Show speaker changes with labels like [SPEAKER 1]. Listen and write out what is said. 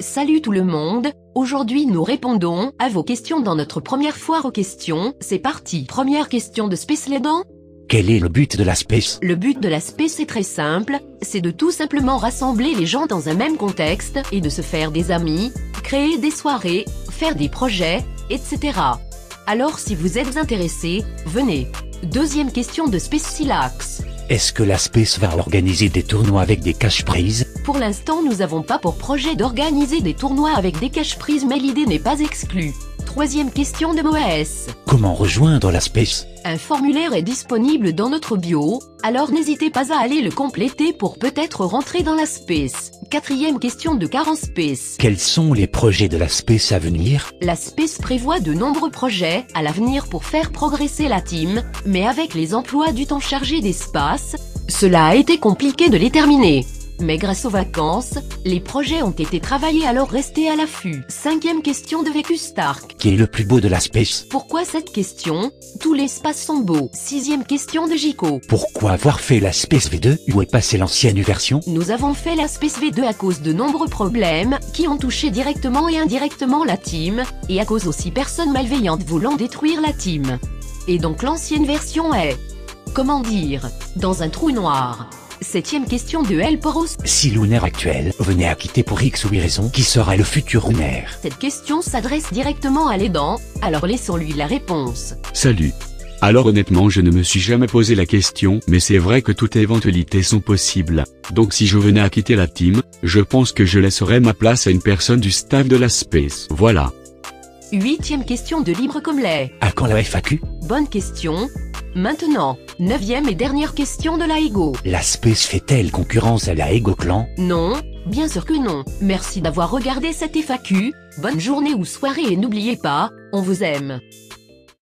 [SPEAKER 1] Salut tout le monde, aujourd'hui nous répondons à vos questions dans notre première foire aux questions, c'est parti Première question de Space Lédan,
[SPEAKER 2] Quel est le but de la space
[SPEAKER 1] le but de la space est très simple, c'est de tout simplement rassembler les gens dans un même contexte et de se faire des amis, créer des soirées, faire des projets, etc. Alors si vous êtes intéressé, venez Deuxième question de Space Silax.
[SPEAKER 2] Est-ce que la space va organiser des tournois avec des cash prises
[SPEAKER 1] Pour l'instant, nous n'avons pas pour projet d'organiser des tournois avec des caches prises, mais l'idée n'est pas exclue. Troisième question de Moes.
[SPEAKER 2] Comment rejoindre la space
[SPEAKER 1] Un formulaire est disponible dans notre bio, alors n'hésitez pas à aller le compléter pour peut-être rentrer dans la space. Quatrième question de Karen Space.
[SPEAKER 2] Quels sont les projets de la space à venir
[SPEAKER 1] La space prévoit de nombreux projets à l'avenir pour faire progresser la team, mais avec les emplois du temps chargés d'espace, cela a été compliqué de les terminer. Mais grâce aux vacances, les projets ont été travaillés alors restez à l'affût. Cinquième question de Vécu Stark.
[SPEAKER 2] Qui est le plus beau de la space
[SPEAKER 1] Pourquoi cette question Tous les espaces sont beaux. Sixième question de Jico.
[SPEAKER 2] Pourquoi avoir fait la space V2 Où est passée l'ancienne version
[SPEAKER 1] Nous avons fait la Space V2 à cause de nombreux problèmes qui ont touché directement et indirectement la team, et à cause aussi personnes malveillantes voulant détruire la team. Et donc l'ancienne version est... Comment dire Dans un trou noir. Septième question de El Poros.
[SPEAKER 2] Si Lunaire actuel venait à quitter pour X ou Y raison, qui sera le futur Lunaire
[SPEAKER 1] Cette question s'adresse directement à l'aidant, alors laissons-lui la réponse.
[SPEAKER 3] Salut. Alors honnêtement je ne me suis jamais posé la question, mais c'est vrai que toutes éventualités sont possibles. Donc si je venais à quitter la team, je pense que je laisserais ma place à une personne du staff de la space. Voilà.
[SPEAKER 1] Huitième question de Libre comme lait.
[SPEAKER 2] À quand la FAQ
[SPEAKER 1] Bonne question. Maintenant, neuvième et dernière question de la Ego.
[SPEAKER 2] La space fait-elle concurrence à la Ego Clan
[SPEAKER 1] Non, bien sûr que non. Merci d'avoir regardé cette FAQ. Bonne journée ou soirée et n'oubliez pas, on vous aime.